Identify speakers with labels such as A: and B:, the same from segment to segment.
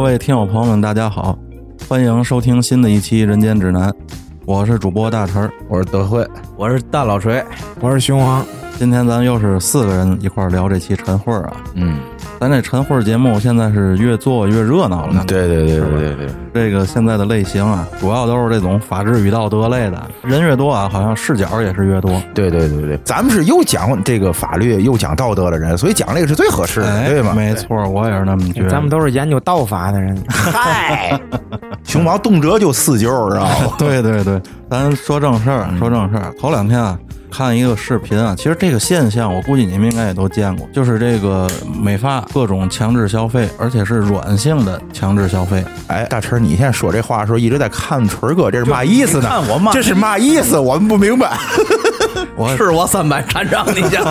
A: 位听友朋友们，大家好，欢迎收听新的一期《人间指南》，我是主播大陈儿。
B: 我是德惠，我是大老锤。
C: 我是熊王，
A: 今天咱又是四个人一块儿聊这期晨会儿啊。
B: 嗯，
A: 咱这晨会儿节目现在是越做越热闹
D: 嗯
A: 了，感觉
B: 对对对对对对，
A: 这个现在的类型啊，主要都是这种法治与道德类的，人越多啊，好像视角也是越多。
B: 对对对对，
D: 咱们是又讲这个法律又讲道德的人，所以讲这个是最合适的，
A: 哎，
D: 对吗？
A: 没错，我也是那么觉得。
C: 哎咱们都是研究道法的人，
D: 嗨，熊猫动辄就四揪，知道吗？
A: 对对对，咱说正事儿，说正事儿。头两天啊，看一个视频啊，其实这个现象我估计你们应该也都见过，就是这个美发各种强制消费，而且是软性的强制消费。
D: 哎，大陈，你现在说这话的时候一直在看锤哥，这是嘛意思呢？
B: 看我嘛
D: 这是嘛意思？我们不明白。
B: 是 我三百禅让你讲，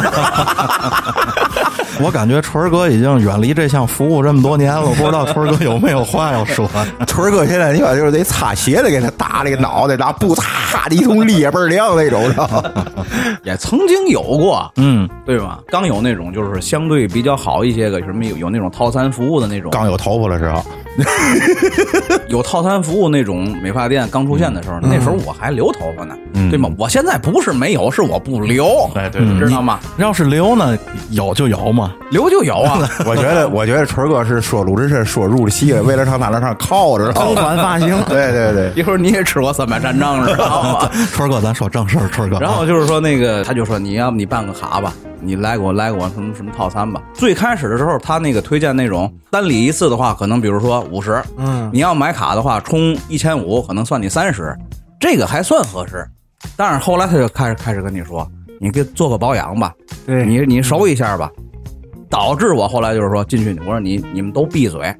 A: 我感觉春儿哥已经远离这项服务这么多年了，我不知道春儿哥有没有话要说。
D: 锤哥现在你把就是得擦鞋的给他打这个脑袋，拿布擦的一通裂倍儿亮那种，知道吗？
B: 也曾经有过，
A: 嗯，
B: 对吧？刚有那种就是相对比较好一些个，什么有有那种套餐服务的那种，
D: 刚有头发的时候，
B: 有套餐服务那种美发店刚出现的时候，那时候我还留头发呢，对吗？我现在不是没有，是我不留，哎，嗯对，知道吗？
A: 要是留呢，有就有嘛。
B: 留就有啊，
D: 我觉 得，我觉得锤哥是说鲁智深说入了戏了，为了上哪能上靠 着，知道
C: 偷
D: 吗。
C: 换发型
D: 对对对，
B: 一会儿你也吃我三百禅让，知道 吗？
A: 春儿哥，咱说正事儿，春儿哥。
B: 然后就是说那个，他就说你要不你办个卡吧，你来给我来给我什么什么套餐吧。最开始的时候，他那个推荐那种单理一次的话，可能比如说五十，
C: 嗯，
B: 你要买卡的话，充一千五，可能算你三十，这个还算合适。但是后来他就开始开始跟你说，你给做个保养吧，
C: 对
B: 你你收一下吧，导致我后来就是说进去，我说你你们都闭嘴，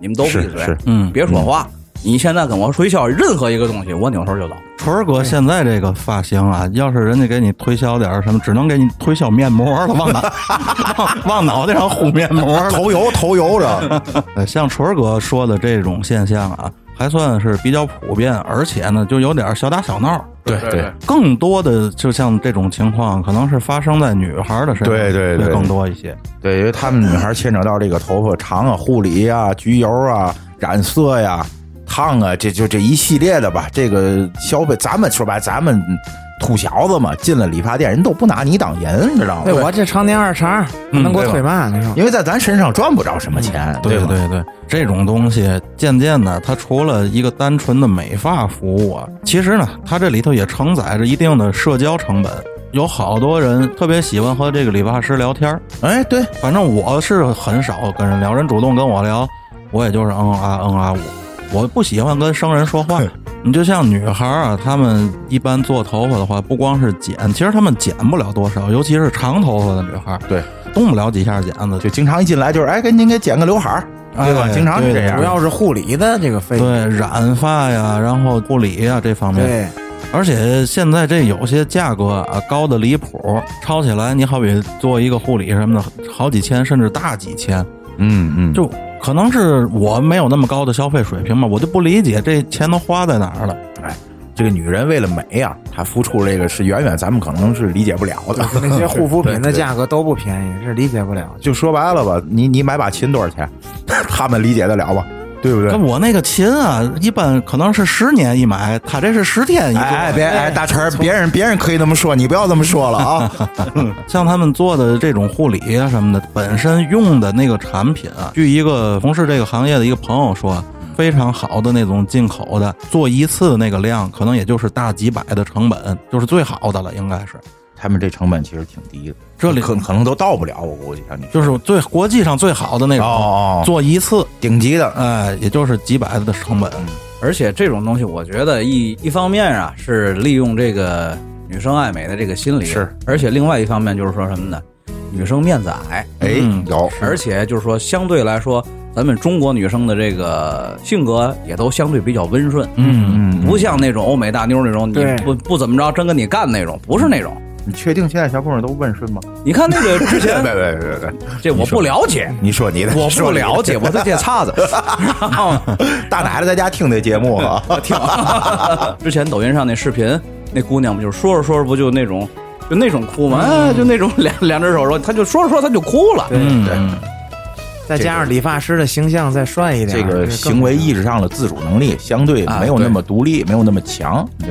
B: 你们都闭
D: 是
B: 嘴，
D: 是
A: 嗯，
B: 别说话。你现在跟我推销任何一个东西，我扭头就走。
A: 春儿哥现在这个发型啊，要是人家给你推销点儿什么，只能给你推销面膜了，往脑 往往脑袋上糊面膜了。
D: 头油头油着，
A: 呃，像春儿哥说的这种现象啊，还算是比较普遍，而且呢，就有点儿小打小闹。
D: 对对。
A: 更多的就像这种情况，可能是发生在女孩儿的身上，
D: 对对
A: 会
D: 对
A: 更多一些。
D: 对，因为他们女孩牵扯到这个头发长啊、护理啊、焗油啊、染色呀、烫啊，这就这一系列的吧。这个消费，咱们说白，咱们土小子嘛，进了理发店，人都不拿你当人，知道
C: 对
D: 吗？
C: 我这常年二茬，
A: 嗯
C: 能给我腿嘛？你说
D: 因为在咱身上赚不着什么钱，吧？
A: 对对，这种东西渐渐的，它除了一个单纯的美发服务啊，其实呢，它这里头也承载着一定的社交成本。有好多人特别喜欢和这个理发师聊天儿，
D: 哎，对，
A: 反正我是很少跟人聊，人主动跟我聊，我也就是嗯啊嗯啊我，我不喜欢跟生人说话。你就像女孩儿啊，她们一般做头发的话，不光是剪，其实她们剪不了多少，尤其是长头发的女孩，
D: 对，
A: 动不了几下剪子，
D: 就经常一进来就是，哎，给您给剪个刘海儿，对吧？
A: 哎
D: 经常
A: 对
D: 是这样。
C: 主要是护理的这
D: 哎
C: 个费，
A: 对染发呀，然后护理呀这方面，
C: 对，
A: 而且现在这有些价格啊高的离谱，超起来你好比做一个护理什么的，好几千甚至大几千，
D: 嗯嗯，
A: 就可能是我没有那么高的消费水平嘛，我就不理解这钱都花在哪儿了。
D: 这个女人为了美呀、她付出这个是远远咱们可能是理解不了的。
C: 那些护肤品的
D: 嗯对对
C: 价格都不便宜，这理解不了。
D: 就说白了吧，你你买把琴多少钱？ 他们理解得了吧？对不对
A: 跟？我那个琴啊，一般可能是十年一买，他这是十天一做。
D: 哎哎，别哎，大陈儿，别人别人可以这么说，你不要这么说了啊！
A: 像他们做的这种护理啊什么的，本身用的那个产品啊，据一个从事这个行业的一个朋友说，非常好的那种进口的，做一次那个量，可能也就是大几百的成本，就是最好的了，应该是。
D: 他们这成本其实挺低的，
A: 这里
D: 可可能都到不了，我估计像你
A: 就是最国际上最好的那种，
D: 哦哦
A: 做一次，
D: 顶级的，
A: 哎，也就是几百的成本。
B: 而且这种东西，我觉得一一方面啊是利用这个女生爱美的这个心理，
D: 是。
B: 而且另外一方面就是说什么呢？女生面子矮，
D: 哎
A: 嗯，
D: 有
B: 而且就是说相对来说，咱们中国女生的这个性格也都相对比较温顺，
A: 嗯，
D: 嗯，
B: 不像那种欧美大妞那种，你
C: 对
B: 不不怎么着，真跟你干那种，不是那种。
D: 你确定现在小姑娘都温顺吗？
B: 你看那个之
D: 对
B: 前，
D: 对对对对，
B: 这我不了解，
D: 你说你的，
B: 我
D: 说哦
B: 不
D: 你的
B: 了解，我在这岔 子。 然后
D: 大奶奶在家 听这节目啊，
B: 听。之前抖音上那视频，那姑娘不就是说着说着不就那种，就嗯 那种哭吗？哎，就那种两两只手说，她就说着说着她就哭了。
C: 对
A: 嗯
D: 对
C: 再加上理发师的形象再帅一点，
D: 啊这个行为意
C: 识
D: 识上的自主能力相对没有那么独立，没有那么强。对，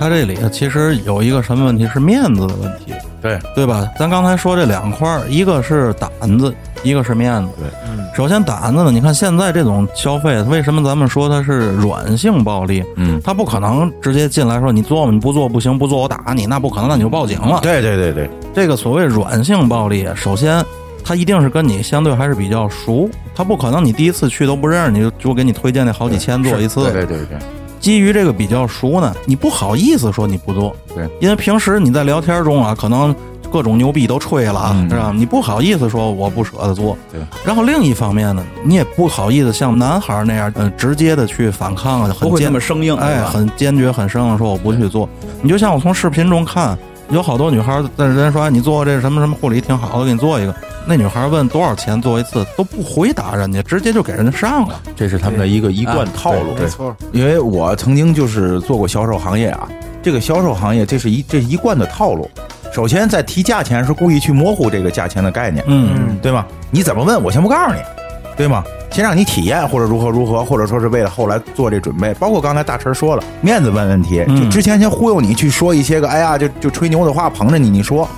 A: 它这里其实有一个什么问题是面子的问题，
D: 对
A: 对吧？咱刚才说这两块儿，一个是胆子，一个是面子。
D: 对
C: 嗯
A: 首先胆子呢，你看现在这种消费，为什么咱们说它是软性暴力？
D: 嗯，
A: 他不可能直接进来说你做吗？你不做不行，不做我打你，那不可能，那你就报警了。
D: 对对对对，
A: 这个所谓软性暴力，首先他一定是跟你相对还是比较熟，他不可能你第一次去都不认识你就就给你推荐那好几千做一次。
D: 对对对对，
A: 基于这个比较熟呢，你不好意思说你不做，
D: 对，
A: 因为平时你在聊天中啊，可能各种牛逼都吹了啊，
D: 嗯
A: 是吧？你不好意思说我不舍得做，
D: 对。
A: 然后另一方面呢，你也不好意思像男孩那样，嗯、直接的去反抗啊，很
B: 不会那
A: 坚
B: 么生硬，
A: 哎，
B: 对吧
A: 很坚决、很生硬，说我不去做。你就像我从视频中看，有好多女孩儿在人家说哎你做这什么什么护理挺好的，给你做一个。那女孩儿问多少钱做一次，都不回答人家，直接就给人家上了。
D: 这是他们的一个一贯套路。
C: 没错，
D: 因为我曾经就是做过销售行业啊，这个销售行业这是一这是一贯的套路。首先在提价钱是故意去模糊这个价钱的概念，
A: 嗯，
C: 嗯，
D: 对吗？你怎么问我先不告诉你，对吗？先让你体验或者如何如何，或者说是为了后来做这准备。包括刚才大陈说了，面子问问题，
A: 嗯
D: 就之前先忽悠你去说一些个哎呀就就吹牛的话，捧着你你说，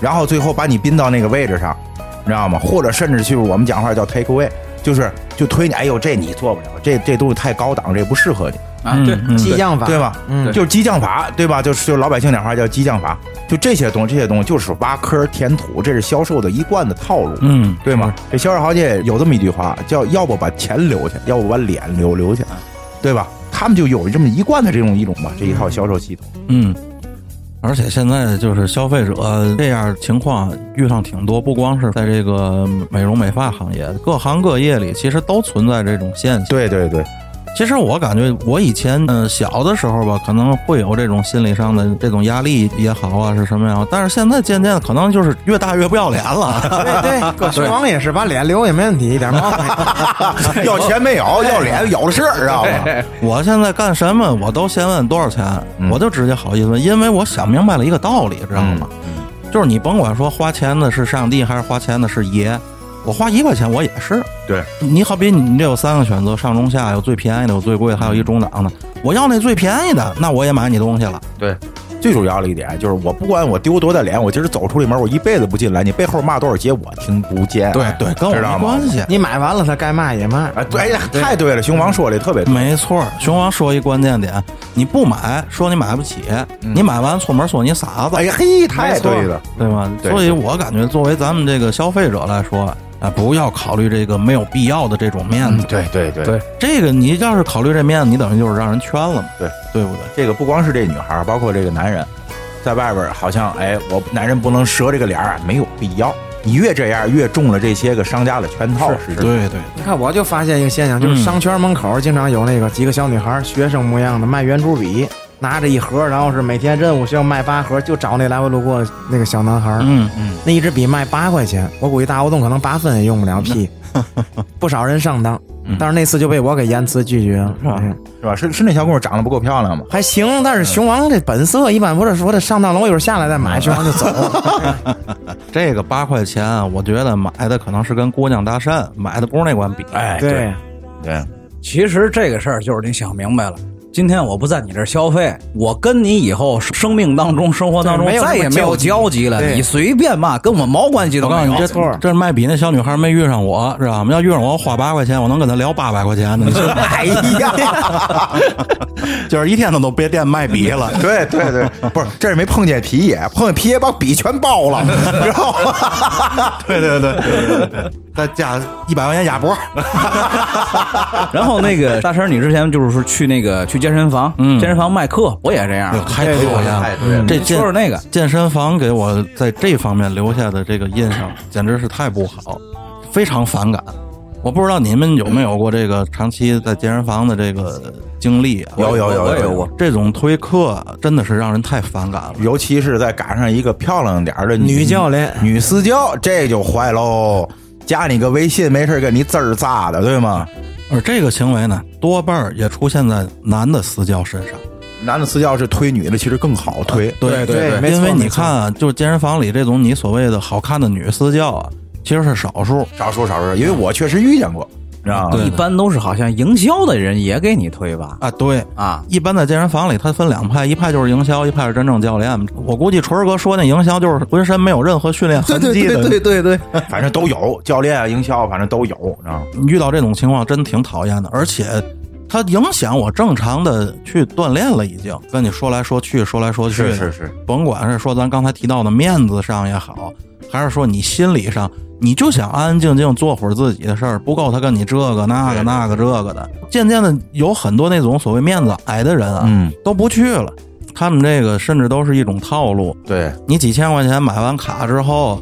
D: 然后最后把你宾到那个位置上，你知道吗？或者甚至去我们讲话叫 take away，就是就推你，哎呦这你做不了，这这东西太高档，这不适合你。
B: 啊，对，
A: 嗯嗯
C: 激将法
D: 对？吧？
C: 嗯
D: 就是激将法，对吧？就是就老百姓讲话叫激将法，就这些东西，这些东西就是挖坑填土，这是销售的一贯的套路，
A: 嗯，
D: 对吗？这销售行业有这么一句话，叫要不把钱留下，要不把脸留留下，对吧？他们就有这么一贯的这种一种吧，这一套销售系统。
A: 嗯，而且现在就是消费者这样情况遇上挺多，不光是在这个美容美发行业，各行各业里其实都存在这种现象。
D: 对对对，
A: 其实我感觉，我以前嗯、呃小的时候吧，可能会有这种心理上的这种压力也好啊，是什么呀？但是现在渐渐的，可能就是越大越不要脸了。
C: 对对， 葛雄王也是把脸留也没问题，一点毛病没有。
D: 要钱没 有，要脸有的是，知道吗？
A: 我现在干什么，我都先问多少钱，
D: 嗯
A: 我就直接好意思问，因为我想明白了一个道理，知道吗？
D: 嗯
A: 就是你甭管说花钱的是上帝还是花钱的是爷，我花一块钱我也是。
D: 对，
A: 你好比你你这有三个选择，上中下有最便宜的，有最贵的，还有一中档的。
D: 嗯
A: 我要那最便宜的，那我也买你东西了。
D: 对。最主要的一点就是，我不管我丢多大脸，我今儿走出里门，我一辈子不进来，你背后骂多少街我听不见。
A: 对，跟我
D: 哎知
A: 没
D: 道吗
A: 关系。
C: 你买完了，他该骂也骂。
D: 啊，对，哎呀，太对了，熊王说的特别对。
A: 没错儿，熊王说一关键点，你不买说你买不起，
D: 嗯
A: 你买完出门说你傻子，
D: 哎呀嘿，太对
C: 没
D: 了，
A: 对吧？
D: 对
A: 所以我感觉作为咱们这个消费者来说，啊、不要考虑这个没有必要的这种面子。
D: 对对对
B: 对
A: 这个你要是考虑这面子，你等于就是让人圈了嘛，
D: 对
A: 对不对？
D: 这个不光是这女孩儿，包括这个男人，在外边儿好像哎，我男人不能折这个脸儿，没有必要。你越这样，越中了这些个商家的圈套，是对
A: 对对，
C: 你看，我就发现一个现象，
D: 嗯
C: 就是商圈门口经常有那个几个小女孩，学生模样的卖圆珠笔，拿着一盒，然后是每天任务需要卖八盒，就找那来回路过那个小男孩，
A: 嗯，
C: 那一支笔卖八块钱，我估计大活动可能八分也用不了屁，不少人上当，但是那次就被我给严词拒绝了，
A: 是吧
C: 嗯
D: 是吧？是是那小姑娘长得不够漂 亮吗？
C: 还行，但是熊王这本色一般，不是说的上当了，我一会儿下来再买，熊王就走，
A: 这个八块钱啊，我觉得买的可能是跟姑娘搭讪，买的不是那款笔。
D: 哎，对
C: 对，
D: 对，
B: 其实这个事儿就是你想明白了。今天我不在你这儿消费，我跟你以后生命当中、生活当中
C: 对没有
B: 再也没有交集了。
C: 对
B: 你随便骂，跟我毛关系都
A: 我告
B: 没
A: 诉你，。
B: 有
A: 这
C: 错
A: 这卖笔那小女孩没遇上我，知道吗？要遇上我，我花八块钱，我能跟她聊八百块钱呢。你信吗
D: 哎呀，
A: 就是一天他都别惦卖笔了。
D: 对对对，不是，这是没碰见皮爷，碰见皮爷把笔全爆 了，知道吗？
A: 对对对对对， 再加一百块钱鸭脖。
B: 然后那个大神，你之前就是说去那个去健身房，
A: 嗯
B: 健身房卖课，我也这样。
A: 啊太对了，
D: 太对了
A: 这
B: 你说
A: 健
B: 说那个
A: 健身房给我在这方面留下的这个印象，简直是太不好，非常反感。我不知道你们有没有过这个长期在健身房的这个经历啊？
D: 有有有
B: 我也有
D: 有
B: 过，
A: 这种推课真的是让人太反感了。
D: 尤其是再赶上一个漂亮点儿的
C: 女教练
D: 女私教，这就坏喽。加你个微信，没事儿给你滋儿咋的，对吗？
A: 而这个行为呢，多半儿也出现在男的私教身上。
D: 男的私教是推女的，其实更好推。
A: 对
C: 对对没错
A: 因为
C: 没
A: 你
C: 错
A: 看啊，就是健身房里这种你所谓的好看的女私教啊，其实是少数。
D: 少数少数，因为我确实遇见过，你知道吗
A: 对？
B: 一般都是好像营销的人也给你推吧？
A: 啊，对，
B: 啊，
A: 一般在健身房里，它分两派，一派就是营销，一派是真正教练。我估计锤儿哥说那营销就是浑身没有任何训练痕迹的。
B: 对对，
D: 反正都有教练啊、营销，反正都有，你知道吗？
A: 你遇到这种情况真挺讨厌的，而且它影响我正常的去锻炼了，已经跟你说来说去，说来说去，
D: 是是是，
A: 甭管是说咱刚才提到的面子上也好，还是说你心理上，你就想安安静静做会儿自己的事儿，不够他跟你这个那个那个这个的。渐渐的，有很多那种所谓面子矮的人啊，
D: 嗯，
A: 都不去了。他们这个甚至都是一种套路。
D: 对，
A: 你几千块钱买完卡之后，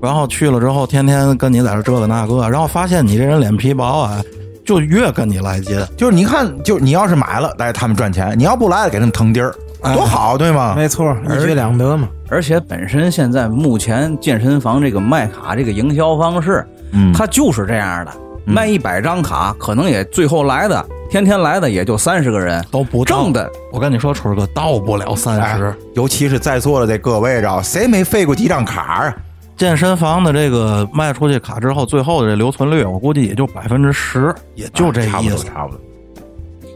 A: 然后去了之后，天天跟你在这这个那个，然后发现你这人脸皮薄啊，就越跟你来劲。
D: 就是你看，就是你要是买了，带他们赚钱；你要不来了，给他们腾地儿，多好，对吗？
C: 没错，一举两得嘛。
B: 而且本身现在目前健身房这个卖卡这个营销方式，
D: 嗯
B: 它就是这样的，卖一百张卡，可能也最后来的天天来的也就三十个人，
A: 都不到
B: 挣的
A: 我跟你说，春儿哥到不了三十、
D: 哎尤其是在座的这各位着，谁没费过几张卡啊？
A: 健身房的这个卖出去卡之后，最后的这留存率，我估计也就百分之十，也就这
D: 哎差
A: 意
D: 不多，
A: 思。
D: 差不多。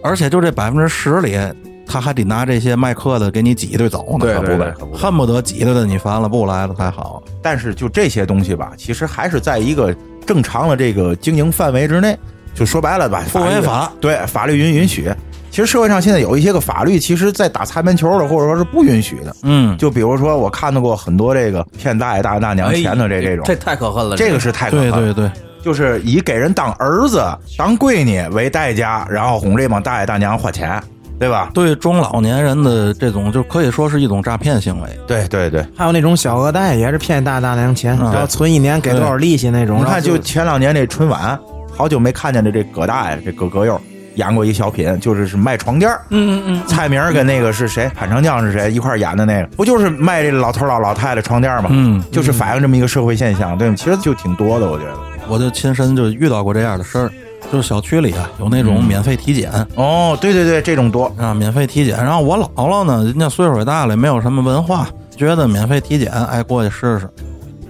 A: 而且就这百分之十里，他还得拿这些卖课的给你挤兑走呢，
D: 对
A: 可不
D: 对
A: 呗
D: 对可不呗
A: 恨不得挤兑的你烦了不来了才好。
D: 但是就这些东西吧，其实还是在一个正常的这个经营范围之内。就说白了吧，
A: 不违
D: 律
A: 法
D: 对法律允允许。其实社会上现在有一些个法律，其实在打擦边球的，或者说是不允许的。
A: 嗯，
D: 就比如说，我看到过很多这个骗大爷大大娘钱的
B: 哎
D: 这这种，
B: 这太可恨了。
D: 这个是太可
A: 对
D: 怕了
A: 对。对，
D: 就是以给人当儿子、当闺女为代价，然后哄这帮大爷大娘花钱，对吧？
A: 对中老年人的这种就可以说是一种诈骗行为。
D: 对对对，
C: 还有那种小额贷，也是骗大大娘钱，
A: 嗯
C: 然后存一年给多少利息那种。
D: 你
C: 然后
D: 看，就前两年这春晚，好久没看见的这葛大爷、这葛葛优演过一小品，就是是卖床垫儿。
B: 嗯嗯嗯，
D: 蔡明儿跟那个是谁，潘长江是谁一块儿演的那个，不就是卖这老头老老太太床垫儿吗？
A: 嗯，
D: 就是反映这么一个社会现象，对吗？其实就挺多的，我觉得。
A: 我就亲身就遇到过这样的事儿，就是小区里啊有那种免费体检。
D: 哦，对对对，这种多，
A: 啊，免费体检。然后我姥姥呢，人家岁数也大了，也没有什么文化，觉得免费体检，哎，过去试试。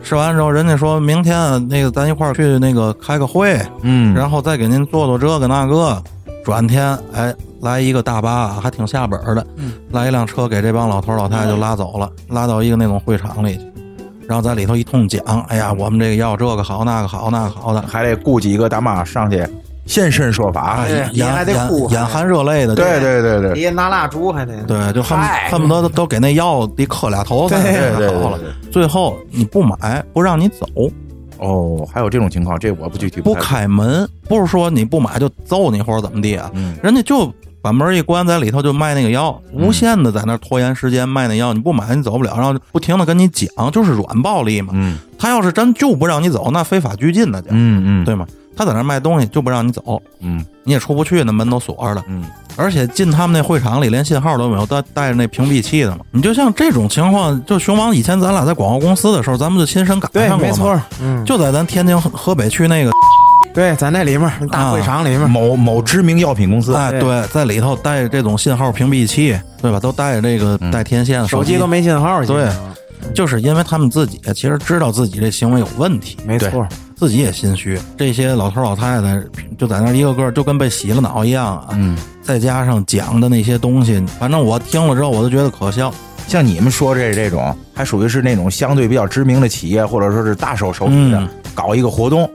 A: 试完之后，人家说明天呃那个咱一块儿去那个开个会，
D: 嗯，
A: 然后再给您做做这个那个。转天，哎，来一个大巴，还挺下本儿的，
C: 嗯
A: 来一辆车给这帮老头儿老太太就拉走了，拉到一个那种会场里去，然后在里头一通讲，哎呀，我们这个要这个好，那个好，那个好的，
D: 还得雇几个大妈上去现身说法。
A: 哎
C: 对
A: 眼
C: 人还得
A: 眼
C: 护
A: 眼含热泪的，
D: 对对对对，
C: 别拿蜡烛还得
A: 对，就恨
C: 嗨
A: 恨不得都给那药得磕俩头才
C: 对
A: 才
D: 对对
A: 好了
D: 对。
A: 最后你不买，不让你走，
D: 哦，还有这种情况，这我不具体
A: 不
D: 太
A: 开门，不是说你不买就揍你或者怎么地啊，
D: 嗯
A: 人家就把门一关，在里头就卖那个药，无限的在那儿拖延时间卖那药，你不买你走不了，然后不停的跟你讲，就是软暴力嘛。
D: 嗯
A: 他要是真就不让你走，那非法拘禁那就，
D: 嗯嗯，
A: 对吗？他在那儿卖东西就不让你走，
D: 嗯
A: 你也出不去，那门都锁着的。
D: 嗯，
A: 而且进他们那会场里连信号都没有，带带着那屏蔽器的嘛。你就像这种情况，就熊王以前咱俩在广告公司的时候，咱们就亲身赶
C: 对
A: 上，过
C: 没
A: 嘛
C: 错，嗯，
A: 就在咱天津河河北区那个，
C: 对，在那里面儿大会场里面儿，
D: 某某知名药品公司，
A: 哎，
C: 对
A: 对，在里头带着这种信号屏蔽器，对吧？都带着这个带天线的
C: 嗯手机
A: 机
C: 都，没信号，
A: 对
C: 现在
A: 就是因为他们自己其实知道自己这行为有问题，
C: 没错，
A: 自己也心虚。这些老头老太太就在那儿一个个就跟被洗了脑一样啊，
D: 嗯，
A: 再加上讲的那些东西，反正我听了之后我都觉得可笑。
D: 像你们说这这种，还属于是那种相对比较知名的企业，或者说是大手手笔的、
A: 嗯
D: 搞一个活动。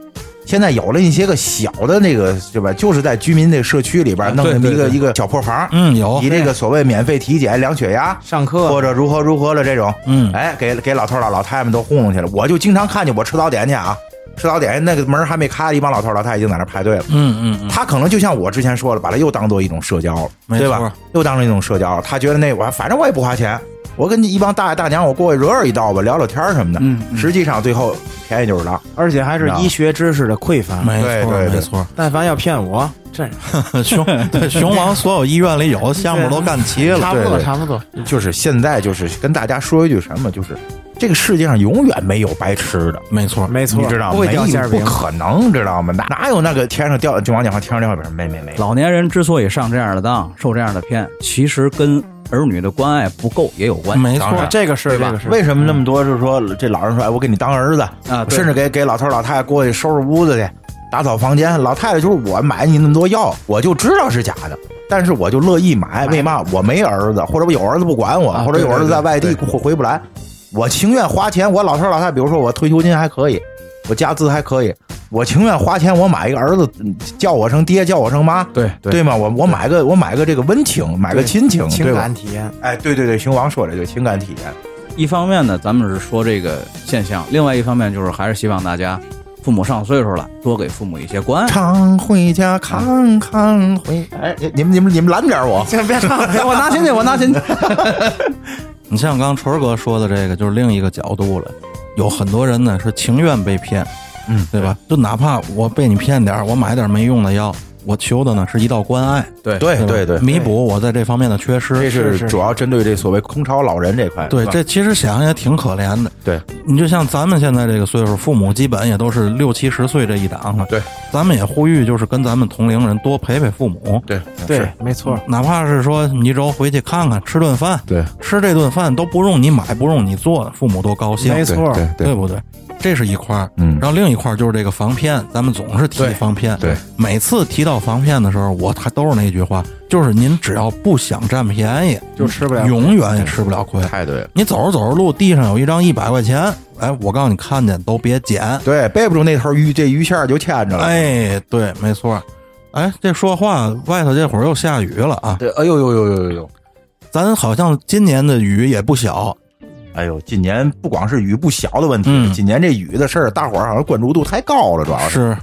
D: 现在有了一些个小的那个，对吧？就是在居民这社区里边弄这么一
B: 对
D: 个
B: 对对
D: 一个小破房，
A: 嗯，有
D: 以这个所谓免费体检、量血压，
C: 上
D: 或
C: 课
D: 者如何如何的这种，
A: 嗯
D: 哎，给给老头儿老老太太们都糊弄去了。我就经常看见我吃早点去啊，吃早点那个门还没开，一帮老头儿老太太已经在那儿排队了。
A: 嗯嗯嗯，
D: 他可能就像我之前说了，把它又当做一种社交了，
A: 没
D: 对
A: 错
D: 吧？又当成一种社交了。他觉得那我反正我也不花钱，我跟一帮大爷大娘我过去惹惹一道吧，聊聊天儿什么的。实际上最后便宜就是狼。
C: 而且还是医学知识的匮乏。
A: 没
D: 对
A: 错
D: 对对
A: 没错。
C: 但凡要骗我，这
A: 熊对熊王所有医院里有的项目都干齐了，
C: 差不
D: 对
C: 多，
D: 对
C: 差不多。
D: 就是现在就是跟大家说一句什么，就是这个世界上永远没有白吃的，
A: 没错，
C: 没错，
D: 你知道
C: 不
D: 吗？
C: 会
D: 没有
C: 掉馅儿
D: 不
C: 饼。
D: 可能，知道吗？哪哪有那个天上掉就往讲话天上掉馅饼？没没没，
B: 老年人之所以上这样的当、受这样的骗，其实跟儿女的关爱不够也有关系。
A: 没错
D: 当，然
C: 这个是
B: 对吧
C: 这个是
D: 为什么那么多？就是说这老人说，哎，我给你当儿子
B: 啊对
D: 甚至给给老头老太太过去收拾屋子去，打扫房间。老太太就是我买你那么多药，我就知道是假的，但是我就乐意买。为嘛？我没儿子，或者我有儿子不管我，
B: 啊
D: 或者有儿子在外地回回不来，我情愿花钱。我老头老太太，比如说我退休金还可以，我家资还可以，我情愿花钱，我买一个儿子嗯叫我声爹，叫我声妈。
B: 对对
D: 对吗？我我买个我买个这个温情，买个
C: 对
D: 亲情，
C: 情
D: 对吧？
C: 感体验，
D: 哎，对对对，熊王说的对，情感体验。
B: 一方面呢，咱们是说这个现象；另外一方面就是还是希望大家，父母上岁数了，多给父母一些关 爱。
D: 常回家看看回。哎，你们你们你们拦点我！
C: 先别唱了，
B: 哎我拿钱去，我拿钱去。
A: 你像刚纯儿哥说的这个，就是另一个角度了。有很多人呢是情愿被骗，
D: 嗯，
A: 对吧？就哪怕我被你骗点儿，我买点儿没用的药，我求的呢是一道关爱，
B: 对
D: 对
A: 吧
D: 对对，
A: 弥补我在这方面的缺失。
D: 这
C: 是
D: 是
C: 是
D: 主要针对这所谓空巢老人这块。嗯
A: 对
D: 是，吧
A: 这其实想想也挺可怜的。
D: 对，
A: 你就像咱们现在这个岁数，父母基本也都是六七十岁这一档了。
D: 对，
A: 咱们也呼吁，就是跟咱们同龄人多陪陪父母，
D: 对
C: 对，没错，
A: 哪怕是说你一周回去看看，吃顿饭，
D: 对，
A: 吃这顿饭都不用你买，不用你做，父母多高兴，
C: 没
D: 对
C: 错，
D: 对
A: 对不对？这是一块儿，
D: 嗯
A: 然后另一块儿就是这个防骗，咱们总是提
D: 对
A: 防骗，
D: 对
A: 每次提到防骗的时候，我还都是那句话，就是您只要不想占便宜，
C: 就吃不了
A: 永远也吃不了亏。
D: 太对了。
A: 你走着走着路，地上有一张一百块钱，哎，我告诉你，看见都别捡。
D: 对，背不住那头鱼，这鱼线儿就牵
B: 嗯
D: 着了。，
A: 哎，对，没错。哎，这说话，外头这会儿又下雨了啊！
D: 对，哎呦呦呦呦呦呦！
A: 咱好像今年的雨也不小，
D: 哎呦，今年不光是雨不小的问题，
A: 嗯
D: 今年这雨的事儿，大伙儿好像关注度太高了，主要是。
A: 是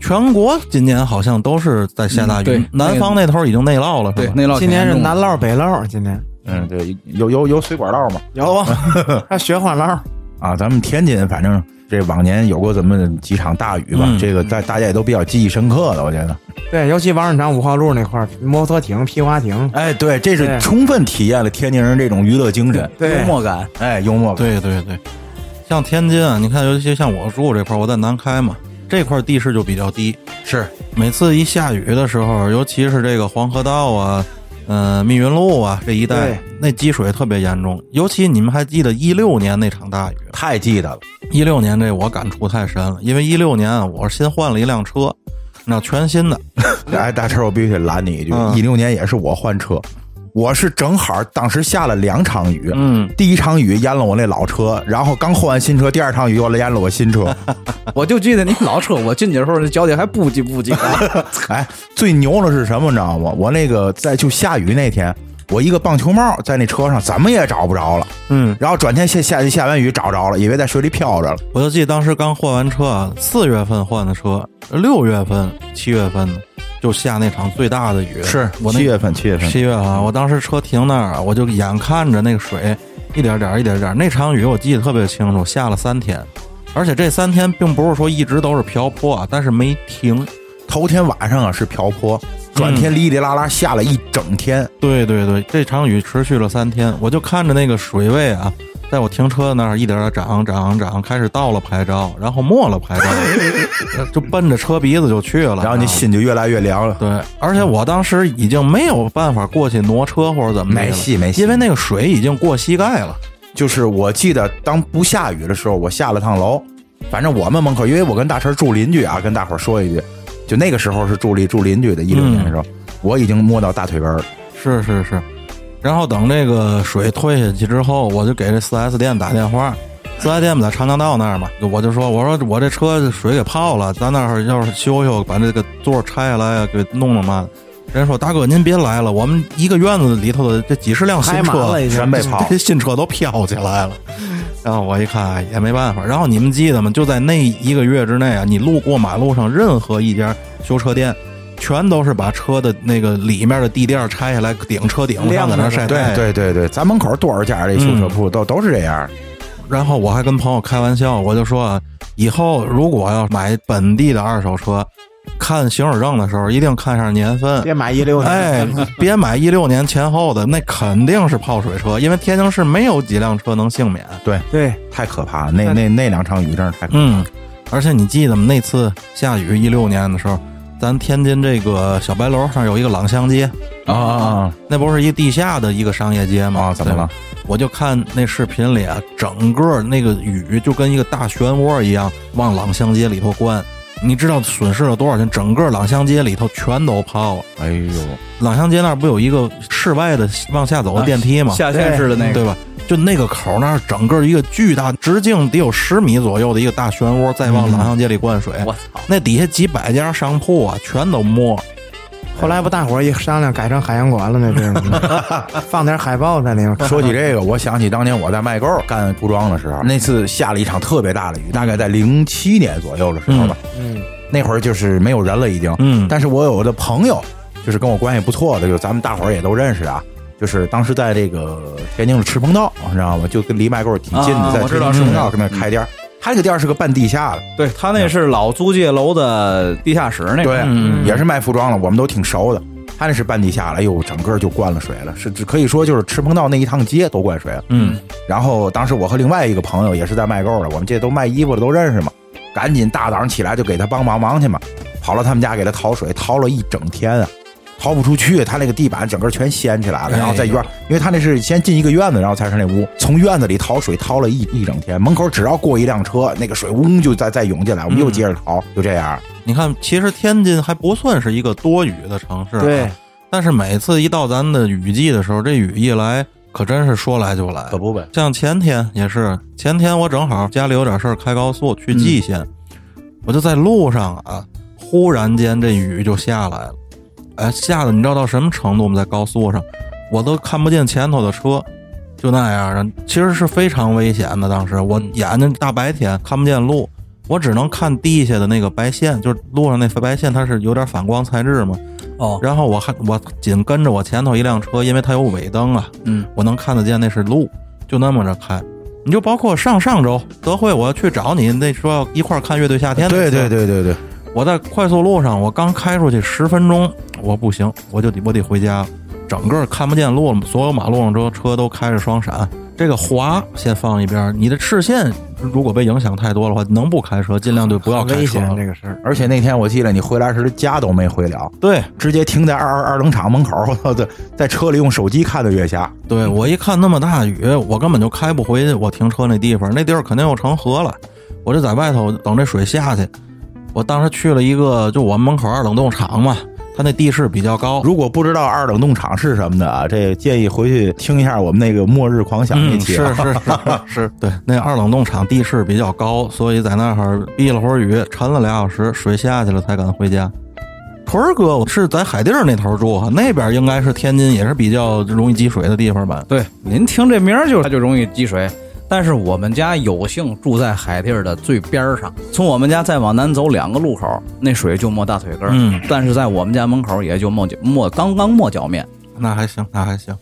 A: 全国今年好像都是在下大
B: 嗯
A: 雨。
B: 对
A: 南方那头已经内涝了，
B: 对
A: 是，吧？
B: 那唠
C: 今年是南
B: 唠。
C: 涝北涝，今年
D: 嗯，对，有有有水管道嘛？
C: 有啊，还雪花涝，
D: 啊，咱们天津反正这往年有过这么几场大雨吧，
A: 嗯
D: 这个大大家也都比较记忆深刻的，我觉得。
C: 对，尤其王市长五号路那块儿，摩托艇、皮划艇，
D: 哎，对，这是
C: 对
D: 充分体验了天津人这种娱乐精神，
C: 对
B: 幽默感，
D: 哎，幽默感。
A: 对对对，像天津啊，你看，尤其像我住这块儿，我在南开嘛，这块儿地势就比较低。
D: 是，
A: 每次一下雨的时候，尤其是这个黄河道啊、嗯、密云路啊这一带
C: 对，
A: 那积水特别严重。尤其你们还记得一六年那场大雨？
D: 太记得了。
A: 一六年这我感触太深了，因为一六年啊我是新换了一辆车，那全新的，
D: 哎，大车，我必须得拦你一句，
A: 嗯
D: 一六、年也是我换车，我是正好当时下了两场雨。
A: 嗯，
D: 第一场雨淹了我那老车，然后刚换完新车，第二场雨又来淹了我新 车。
B: 我就记得你老扯我进去的时候，那脚底还不叽不叽啊的。
D: 哎，最牛的是什么，你知道吗？我那个在就下雨那天，我一个棒球帽在那车上怎么也找不着了，
A: 嗯，
D: 然后转天下下下完雨找着了，以为在水里漂着了。
A: 我就记得当时刚换完车啊，四月份换的车，六月份、七月份就下那场最大的雨，我那
D: 七月份，七月份，
A: 七月啊，我当时车停那儿，啊我就眼看着那个水一点点儿一点点儿。那场雨我记得特别清楚，下了三天，而且这三天并不是说一直都是瓢泼啊，但是没停。
D: 头天晚上啊是瓢泼，转天哩哩啦啦下了一整天。
A: 对对对，这场雨持续了三天，我就看着那个水位啊，在我停车那儿一点点涨涨涨，开始到了牌照，然后没了牌照， 就奔着车鼻子就去了。啊
D: 然后你心就越来越凉了。
A: 对，而且我当时已经没有办法过去挪车或者怎么地
D: 没
A: 了
D: 戏没戏
A: 因为那个水已经过膝盖了。
D: 就是我记得当不下雨的时候，我下了趟楼，反正我们门口，因为我跟大陈住邻居啊，跟大伙儿说一句，就那个时候是住邻住邻居的，一六年的时候，我已经摸到大腿根儿了。
A: 是是是，然后等这个水退下去之后，我就给这四 S 店打电话。四 S 店不在长江道那儿嘛，我就说，我说我这车水给泡了，咱那儿要是修修，把这个座拆下来啊，给弄弄嘛。人家说大哥您别来了，我们一个院子里头的这几十辆新
C: 开满
A: 车
C: 了已经
D: 全被泡
A: 这新车都飘起来了。
C: 嗯
A: 然后我一看哎也没办法。然后你们记得吗？就在那一个月之内啊，你路过马路上任何一家修车店，全都是把车的那个里面的地垫拆下来顶车顶上，
C: 晾
A: 在
C: 着
A: 那
C: 呢
A: 晒太
D: 对
A: 阳。
D: 对嗯对对，咱门口多少家这修车铺都、都是这样。
A: 然后我还跟朋友开玩笑，我就说啊，以后如果要买本地的二手车，看行驶证的时候一定看上年份，
C: 别买一六年，
A: 哎， 别买一六年前后的，那肯定是泡水车，因为天津市没有几辆车能幸免。
D: 对，
C: 对，
D: 太可怕了，那那那两场雨真是太可怕了。
A: 嗯，而且你记得吗？那次下雨一六年的时候，咱天津这个小白楼上有一个朗香街，
D: 啊啊
A: 那不是一地下的一个商业街
D: 啊
A: 吗？
D: 啊！怎么
A: 对吧
D: 了？？
A: 我就看那视频里啊，整个那个雨就跟一个大漩涡一样往朗香街里头灌。你知道损失了多少钱？整个朗香街里头全都泡了。
D: 哎呦，
A: 朗香街那儿不有一个室外的往下走的电梯吗？
B: 下线式的那个，
A: 对吧？就那个口儿那儿，整个一个巨大，直径得有十米左右的一个大漩涡，再往朗香街里灌水，
B: 我操！
A: 那底下几百家商铺啊，全都没。
C: 后来不大伙儿一商量，改成海洋馆了那地 方，放点海报在里面。
D: 说起这个，我想起当年我在麦沟干服装的时候，那次下了一场特别大的雨，大概在零七年左右的时候吧。
C: 嗯，
D: 那会儿就是没有人了已经。
A: 嗯
D: 但是我有的朋友，就是跟我关系不错的，就咱们大伙儿也都认识啊。就是当时在这个天津的赤鹏道，你知道吗？就跟离麦沟挺近的，
B: 啊
D: 在
B: 我知
D: 天
B: 道
D: 津赤鹏
B: 是
D: 道上面开店儿。他那个店儿是个半地下的，
B: 对他那是老租界楼的地下室那个，
D: 对，
A: 嗯
D: 也是卖服装了，我们都挺熟的。他那是半地下了，哎呦，整个就灌了水了，是只可以说就是赤鹏道那一趟街都灌水了。
A: 嗯
D: 然后当时我和另外一个朋友也是在卖购的，我们这都卖衣服的都认识嘛，赶紧大早上起来就给他帮忙忙去嘛，跑到他们家给他淘水，淘了一整天啊，淘不出去，他那个地板整个全掀起来了，然后在院，因为他那是先进一个院子，然后才是那屋，从院子里淘水淘了一一整天，门口只要过一辆车，那个水嗡就再再涌进来，我们又接着淘，就这样。
A: 你看，其实天津还不算是一个多雨的城 市、啊
C: 对，，
A: 但是每次一到咱的雨季的时候，这雨一来，可真是说来就来。
D: 不呗，
A: 像前天也是，前天我正好家里有点事儿，开高速去蓟县，我就在路上啊，忽然间这雨就下来了，哎，下的你知道到什么程度吗？在高速上，我都看不见前头的车，就那样的，其实是非常危险的。当时我眼睛大白天看不见路，我只能看地下的那个白线，就是路上那白线，它是有点反光材质嘛。
B: 哦，
A: 然后我还我紧跟着我前头一辆车，因为它有尾灯啊，
B: 嗯，
A: 我能看得见那是路，就那么着开。你就包括上上周德惠，我要去找你那说要一块儿看乐队夏天，
D: 对对，对对对，
A: 我在快速路上，我刚开出去十分钟，我不行，我就得我得回家了，整个看不见路了，所有马路上车车都开着双闪。这个滑先放一边儿，你的视线如果被影响太多的话，能不开车尽量就不要
C: 很
A: 开
C: 危
A: 车
C: 险
A: 了。
C: 这个事儿。
D: 而且那天我记得你回来时家都没回了，
A: 对，
D: 直接停在二二二等场门口，在在车里用手机看的月下。
A: 对我一看那么大雨，我根本就开不回去我停车那地方，那地儿肯定又成河了。我就在外头等这水下去。我当时去了一个，就我们门口二冷冻厂嘛，它那地势比较高。
D: 如果不知道二等动场是什么的啊，这建议回去听一下我们那个《末日狂想》那
A: 嗯，
D: 期、
A: 是
D: 啊
A: 是是 是，对，那二冷冻厂地势比较高，所以在那儿避了会儿雨，沉了俩小时，水下去了才敢回家。屯儿哥是在海地儿那头住，啊那边应该是天津，也是比较容易积水的地方吧？
B: 对，您听这名儿就它就容易积水。但是我们家有幸住在海地儿的最边儿上，从我们家再往南走两个路口，那水就没大腿根儿。
A: 嗯，
B: 但是在我们家门口也就没脚没刚刚没脚面
A: 那还行，那还行。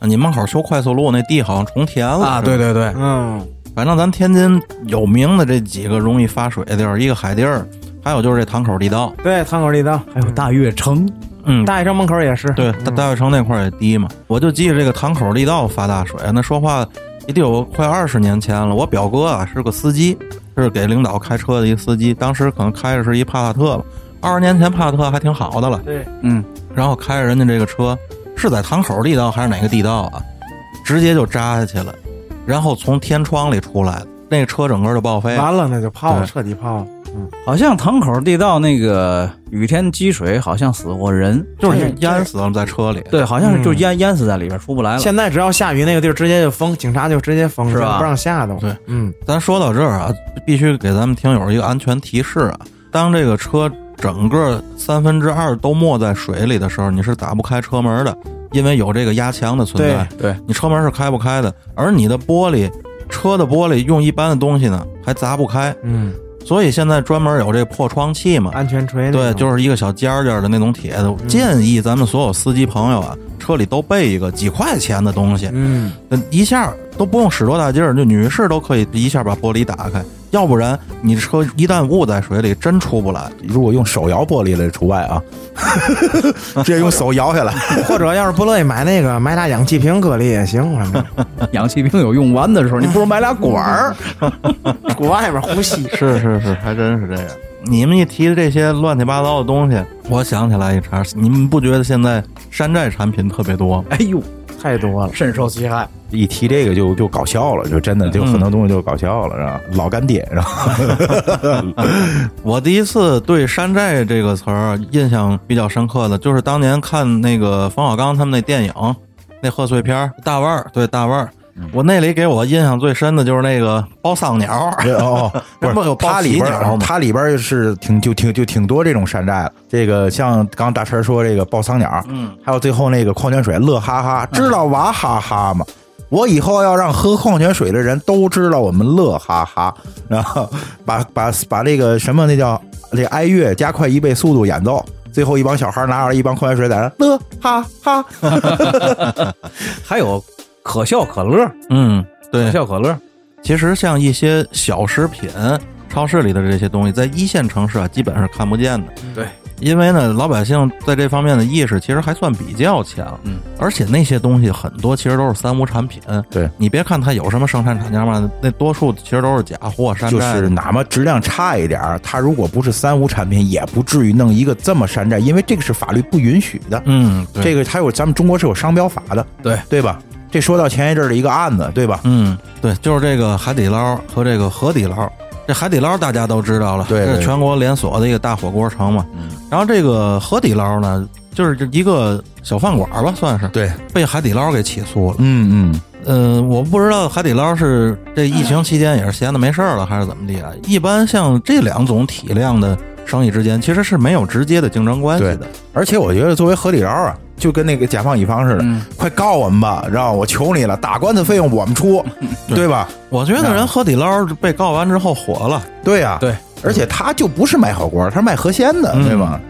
A: 啊你门口修快速路那地好像重填
B: 哦
A: 了是吧
B: 啊对对，
C: 嗯，
A: 反正咱天津有名的这几个容易发水的地儿，一个海地儿，还有就是这堂口地道。
C: 对，堂口地道，
B: 还有大悦城，
A: 嗯，
C: 大学城门口也是。
A: 对，大大悦城那块儿也低嘛。我就记着这个堂口地道发大水，啊那说话也得有快二十年前了。我表哥啊是个司机，是给领导开车的一司机，当时可能开着是一帕萨特吧。二十年前帕萨特还挺好的了，
C: 对，
B: 嗯，
A: 然后开着人家这个车，是在堂口地道还是哪个地道啊？直接就扎下去了，然后从天窗里出来了，那个车整个就报废了。
C: 完了那就泡了，
A: 对
C: 彻底泡了。
B: 好像堂口地道那个雨天积水，好像死过人，
C: 哎
A: 就是淹死了在车里。
B: 对，好像是就淹、淹死在里边，出不来了。
C: 现在只要下雨，那个地儿直接就封，警察就直接封，
B: 是吧
C: 不让下都。
A: 对，
C: 嗯，
A: 咱说到这儿啊，必须给咱们听友一个安全提示啊：当这个车整个三分之二都没在水里的时候，你是打不开车门的，因为有这个压强的存在。
B: 对，
A: 你车门是开不开的，而你的玻璃，车的玻璃用一般的东西呢还砸不开，
C: 嗯，
A: 所以现在专门有这破窗器嘛，
C: 安全锤那
A: 对，
C: 种。
A: 就是一个小尖儿尖儿的那种铁的。建议咱们所有司机朋友啊，车里都备一个几块钱的东西，
C: 嗯，
A: 那一下都不用使多大劲儿，就女士都可以一下把玻璃打开。要不然你车一旦误在水里，真出不来。
D: 如果用手摇玻璃了除外 啊，直接用手摇下来。
C: 或者要是不乐意买那个，买俩氧气瓶隔离也行，反正
B: 氧气瓶有用完的时候，你不如买俩管儿。
C: 搁外面呼吸。
A: 是是是，还真是这样。你们一提这些乱七八糟的东西，我想起来一茬。你们不觉得现在山寨产品特别多吗？
B: 哎呦，
C: 太多了，
B: 深受其害。
D: 一提这个就就搞笑了，就真的就很多东西就搞笑了，是吧？老干爹，是吧？
A: 我第一次对“山寨”这个词儿印象比较深刻的，就是当年看那个冯小刚他们那电影，那贺岁片儿《大腕儿》，对《大腕儿》。我那里给我印象最深的就是那个包丧鸟，
D: 哦，不
A: 那不有
D: 是，
A: 包
D: 它
A: 皮
D: 里边
A: 鸟
D: 儿
A: 吗
D: 它里边儿是挺就挺就挺多这种山寨了。这个像刚大陈说这个爆仓鸟，嗯，还有最后那个矿泉水乐哈哈，知道娃哈哈吗？我以后要让喝矿泉水的人都知道我们乐哈哈，然后把把把这个什么那叫这哀乐加快一倍速度演奏，最后一帮小孩拿着一帮矿泉水在那乐哈哈，
B: 还有可笑可乐，
A: 嗯，
B: 可
A: 对。
B: 笑可乐，
A: 其实像一些小食品、超市里的这些东西，在一线城市啊，基本上看不见的。
B: 对，
A: 因为呢，老百姓在这方面的意识其实还算比较强。
B: 嗯，
A: 而且那些东西很多其实都是三无产品。
D: 对
A: 你别看它有什么生产厂家嘛，那多数其实都是假货、山
D: 就
A: 寨的。
D: 是哪怕质量差一点儿，它如果不是三无产品，也不至于弄一个这么山寨，因为这个是法律不允许的。
A: 嗯，对
D: 这个它有咱们中国是有商标法的，
B: 对
D: 对吧？这说到前一阵儿的一个案子，对吧？
A: 嗯，对，就是这个海底捞和这个河底捞。这海底捞大家都知道了，
D: 对对
A: 这全国连锁的一个大火锅城嘛。
D: 嗯
A: 然后这个河底捞呢，就是这一个小饭馆吧，算是
D: 对，
A: 被海底捞给起诉了。
D: 嗯嗯，
A: 嗯，我不知道海底捞是这疫情期间也是闲的没事儿了，还是怎么地啊？一般像这两种体量的生意之间，其实是没有直接的竞争关系
D: 对
A: 的。
D: 而且我觉得作为河底捞啊，就跟那个甲方乙方似的，快告我们吧，让我求你了，打官司费用我们出， 对吧？
A: 我觉得人河底捞被告完之后火了，
D: 对呀、
B: 对，
D: 而且他就不是卖火锅，他是卖河鲜的，
A: 嗯
D: 对吧？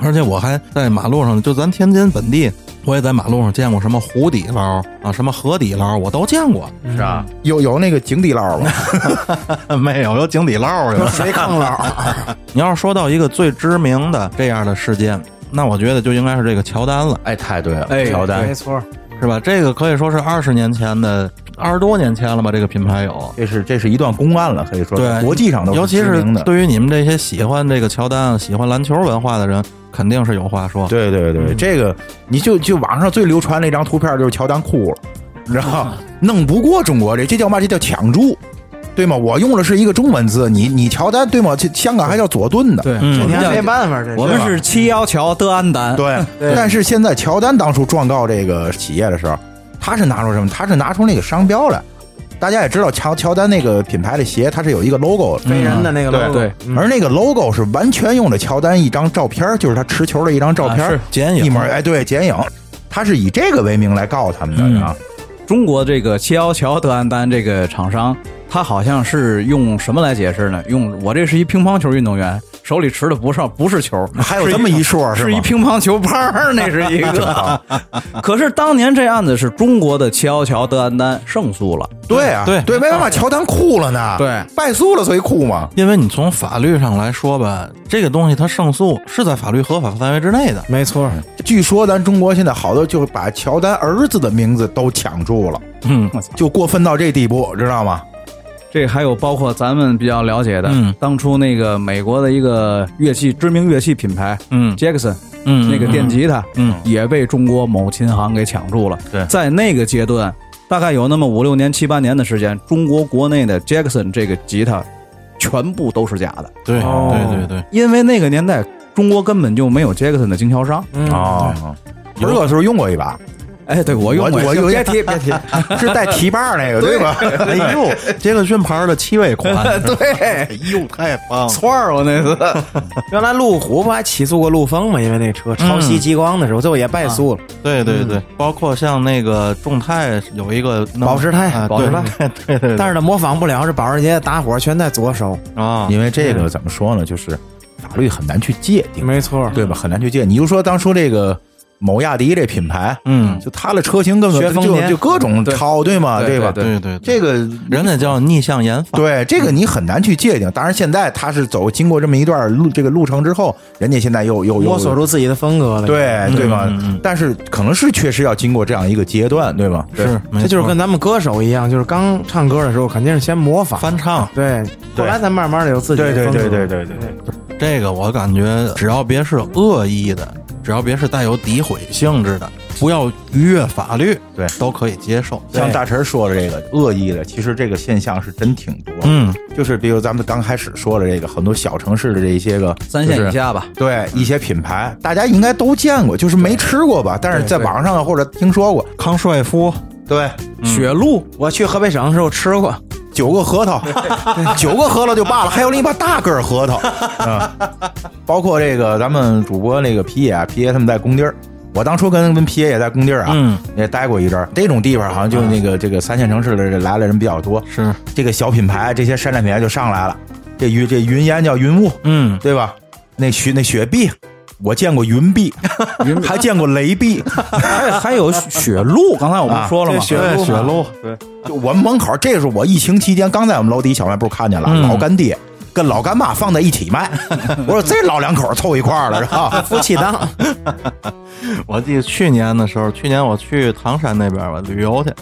A: 而且我还在马路上，就咱天津本地，我也在马路上见过什么湖底捞啊，什么河底捞，我都见过。
D: 嗯
B: 是吧？
D: 有有那个井底捞吗？
A: 没有，有井底捞有。
C: 谁坑了？
A: 你要是说到一个最知名的这样的事件，那我觉得就应该是这个乔丹了，
D: 哎，太对了，
B: 哎
D: 乔丹
C: 没错，
A: 是吧？这个可以说是二十年前的，二十多年前了吧？这个品牌有。
D: 这是这是一段公案了，可以说
A: 对，
D: 国际上都
A: 尤其
D: 知
A: 是
D: 名的。
A: 对于你们这些喜欢这个乔丹、啊喜欢篮球文化的人，肯定是有话说。
D: 对对对，这个你就就网上最流传那张图片就是乔丹哭了，你知道吗？弄不过中国这，这叫嘛？这叫抢注，对吗？我用的是一个中文字，你你乔丹对吗？这香港还叫左顿呢。
B: 对，
A: 嗯
B: 我
C: 你
B: 们
C: 还没
B: 叫
C: 办法，这
B: 我们是七幺桥德安丹，
D: 对，
C: 对
D: 但是现在乔丹当初状告这个企业的时候，他是拿出什么？他是拿出那个商标来。大家也知道乔乔丹那个品牌的鞋，它是有一个 logo 的，
C: 飞人的那个
D: 对
C: logo，
B: 对
C: 嗯
D: 而那个 logo 是完全用的乔丹一张照片儿，就是他持球的一张照片
B: 啊
D: 儿，
B: 是
A: 剪影
D: 一模儿哎，对，剪影，他是以这个为名来告他们的啊。
B: 中国这个七幺桥德安丹这个厂商，他好像是用什么来解释呢？用我这是一乒乓球运动员，手里持的不上不是球，
D: 还有这么一说，
B: 是
D: 吗
B: 一乒乓球拍儿，那 是一个。可是当年这案子是中国的七幺桥德安丹胜诉了，
D: 对啊，
A: 对
D: 对，没办法，乔丹哭了呢，
B: 对，
D: 败诉了，所以哭嘛。
A: 因为你从法律上来说吧，这个东西它胜诉是在法律合法范围之内的。
C: 没错，
D: 据说咱中国现在好多就是把乔丹儿子的名字都抢注了，
A: 嗯
B: 我操！
D: 就过分到这地步，知道吗？
B: 这还有包括咱们比较了解的，
A: 嗯
B: 当初那个美国的一个乐器知名乐器品牌
A: 嗯
B: Jackson，
A: 嗯，
B: 那个电吉他，
A: 嗯，
B: 也被中国某琴行给抢注了。
A: 对
B: 在那个阶段，大概有那么五六年、七八年的时间，中国国内的 Jackson 这个吉他全部都是假的，
A: 对
C: 哦
A: 对对对，
B: 因为那个年代中国根本就没有 Jackson 的经销商。
C: 嗯，
D: 哦，文哥是不是用过一把？
B: 哎，对我用
D: 我
B: 过，
D: 我有
B: 别 提别提，
D: 是带提把那个，对吧？
A: 哎呦，杰克逊牌的七位款，
B: 对，
A: 哎呦，太棒了！
B: 串儿我那次。
C: 原来路虎不还起诉过陆风吗？因为那车抄袭极光的时候，最后也败诉了。
A: 对对对，包括像那个众泰有一个能
C: 嗯保时泰
A: 啊
C: 保时
A: 对对对对，
C: 但是他模仿不了，是保时捷打火全在左手，
A: 是啊，
D: 因为这个怎么说呢，就是法律很难去界定，
C: 没错，
D: 对吧？很难去界。你就说当初这个某亚迪这品牌，
A: 嗯，
D: 就它的车型根
A: 学
D: 本
A: 丰
D: 就
A: 田
D: 就各种抄，对吗？
B: 对
D: 吧？
B: 对
A: 对对，对
D: 这个
A: 人家叫逆向研发，
D: 对这个你很难去界定。当然，现在它是走经过这么一段路这个路程之后，人家现在又又又
C: 摸索出自己的风格了。，
D: 对对吧
A: 嗯嗯嗯？
D: 但是可能是确实要经过这样一个阶段，对吧？对
A: 是，没
C: 这就是
A: 错
C: 跟咱们歌手一样，就是刚唱歌的时候肯定是先模仿，
A: 翻唱
C: 对，后来才慢慢的有自己的
D: 对对
C: 风格。
D: 对对对对对，
A: 这个，我感觉只要别是恶意的，只要别是带有诋毁性质的，不要逾越法律，
D: 对
A: 都可以接受。
D: 像大陈说的这个恶意的，其实这个现象是真挺多。
A: 嗯，
D: 就是比如咱们刚开始说的这个，很多小城市的这些个
B: 三线以。下吧。
D: 就是对一些品牌，大家应该都见过，就是没吃过吧？但是在网上或者听说过。
A: 康帅夫，
D: 对，
C: 嗯
B: 雪路
C: 我去河北省的时候吃过，
D: 九个核桃，九个核桃就罢了，还有另一把大个儿 核桃。嗯，包括这个咱们主播那个皮爷啊，皮爷他们在工地儿，我当初跟跟皮爷也在工地儿啊，
A: 嗯，啊
D: 也待过一阵儿。这种地方好像就那个这个三线城市的来了人比较多，
A: 是，
D: 这个小品牌这些山寨品牌就上来了。这云这云烟叫云雾，
A: 嗯，
D: 对吧？那雪那雪碧，我见过云碧，还见过雷碧。
B: 还还有雪路，刚才我不是说了吗？
C: 啊对雪路
B: 雪路，
D: 就我们门口，这是我疫情期间刚在我们楼底小卖部看见了，
A: 嗯
D: 老干爹跟老干妈放在一起卖。我说这老两口凑一块儿了，是吧？
C: 夫妻档，
A: 我记得去年的时候，去年我去唐山那边吧旅游去，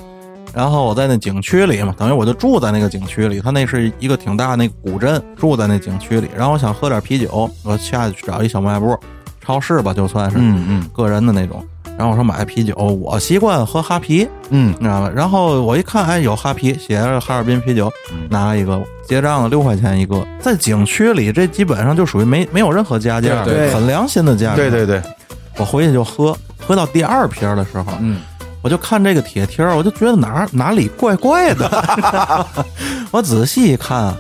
A: 然后我在那景区里嘛，等于我就住在那个景区里，它那是一个挺大那个古镇，住在那景区里。然后我想喝点啤酒，我下去找一小卖部、超市吧，就算是，
D: 嗯嗯
A: 个人的那种。然后我说买啤酒，我习惯喝哈啤，
D: 嗯
A: 你知道吧？然后我一看，哎，有哈啤，写着哈尔滨啤酒，
D: 嗯
A: 拿了一个，结账了六块钱一个，在景区里这基本上就属于没没有任何加价，
B: 对
C: 对
A: 很良心的价格。
D: 对对对，
A: 我回去就喝，喝到第二瓶的时候，
B: 嗯，
A: 我就看这个铁贴儿，我就觉得哪儿哪里怪怪的。 我仔细一看，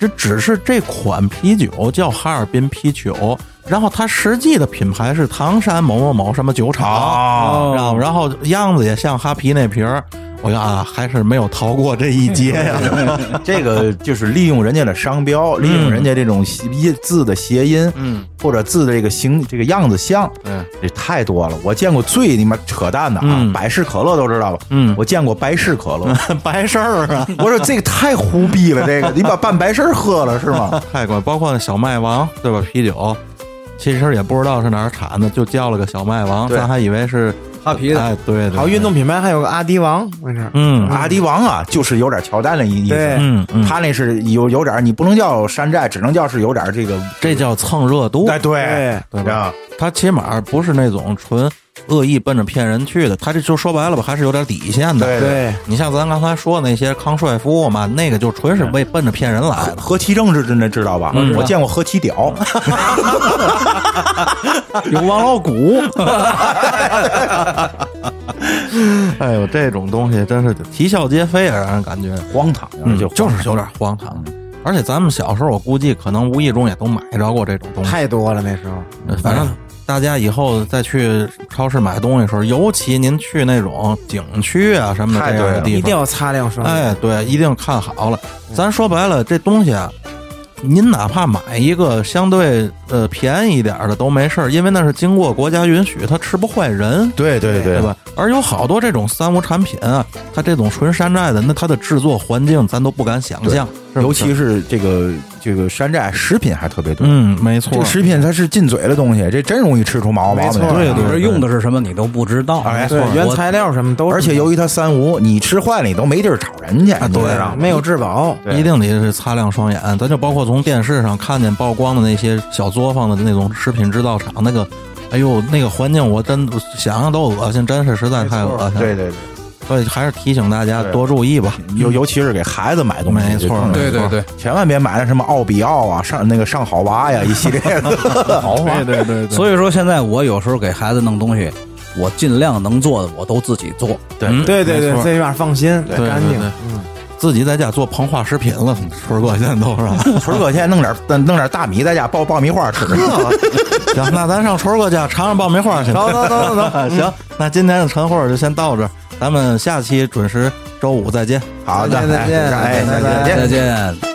A: 这只是这款啤酒叫哈尔滨啤酒，然后它实际的品牌是唐山某某某什么酒厂，
D: 啊，
A: 然后然后样子也像哈啤那瓶儿。我就啊，还是没有逃过这一劫呀、
D: 啊这个就是利用人家的商标，利用人家这种谐音字的谐音，
A: 嗯，
D: 或者字的这个形这个样子像，
A: 嗯，
D: 这太多了。我见过最你妈扯淡的啊
A: 嗯，
D: 百事可乐都知道吧？
A: 嗯
D: 我见过百事可乐，
A: 白事儿啊，
D: 我说这个太胡逼了，这个你把半白事儿喝了是吗？
A: 太怪，包括那小麦王对吧？啤酒，其实也不知道是哪儿产的，就叫了个小麦王，
D: 对
A: 咱还以为是
B: 哈皮的
A: 哎，对对，
C: 好运动
A: 对，
C: 品牌还有个阿迪王，我跟你说，
A: 嗯
D: 阿迪王啊，就是有点乔丹的意意思
C: 对。
A: 嗯嗯，
D: 他那是有有点儿，你不能叫山寨，只能叫是有点儿这个，
A: 这叫蹭热度，
D: 哎对
C: 对，
A: 对啊
D: 知道
A: 吧？他起码不是那种纯恶意奔着骗人去的，他这就说白了吧，还是有点底线的。
D: 对
C: 对，
A: 你像咱刚才说的那些康帅夫嘛，那个就纯是为奔着骗人来的。
D: 何其正是真的知道吧？我见过何其屌，
B: 有王老谷，
A: 哎呦，这种东西真是啼笑皆非啊，让人感觉。
D: 荒唐，啊
A: 嗯，
D: 就
A: 就是嗯有点荒唐。而且咱们小时候，我估计可能无意中也都买着过这种东西。
C: 太多了那时候。
A: 反
D: 哎
A: 正大家以后再去超市买东西的时候，尤其您去那种景区啊什么的
D: 太
A: 这样的
D: 对
A: 地
C: 一定
A: 方，
C: 要擦亮双眼。
A: 哎，对，一定看好了。
D: 嗯
A: 咱说白了，这东西啊，您哪怕买一个相对呃便宜一点儿的都没事儿，因为那是经过国家允许，它吃不坏人。
D: 对对
A: 对？吧？而有好多这种三无产品啊，它这种纯山寨的，那它的制作环境咱都不敢想象，是不是
D: 尤其是这个这个山寨食品还特别多，
A: 嗯，没错
D: 这个，食品它是进嘴的东西，这真容易吃出毛毛
C: 没
D: 病
C: 错
D: 来。
C: 对
B: 你这用的是什么你都不知道。
D: 哎
C: 对，原材料什么都是，啊
D: 而且由于它三无，你吃坏了你都没地儿炒人去，你知道
C: 对
D: 吗
C: 没有质保，
D: 对
A: 一定得是擦亮双眼。咱就包括从电视上看见曝光的那些小作坊的那种食品制造厂，那个，哎呦，那个环境我真想想都恶心，真是实在太恶心了。
D: 对对对，
A: 所以还是提醒大家
D: 对
A: 多注意吧。
D: 尤尤其是给孩子买东西，
A: 没错
D: 就更
B: 对对对，
D: 千万别买那什么奥比奥啊，上那个上好娃呀一系列 的，好娃
A: 对对 对
B: 所以说现在我有时候给孩子弄东西，我尽量能做的我都自己做。
A: 对
C: 对对
A: 没
C: 对，
A: 错
C: 这有点放心，
A: 嗯对
C: 干净
A: 对。
C: 嗯，
A: 自己在家做膨化食品了，春哥现在都是吧。
D: 纯哥现在弄点弄点大米在家爆爆米花 吃，
A: 行，那咱上春儿哥家尝尝爆米花去。走走走 走走，行，那今天的晨会儿就先到这儿，咱们下期准时周五再见。
D: 好的，
C: 再见再见
D: 哎，
C: 拜拜
D: 再见。
B: 再见。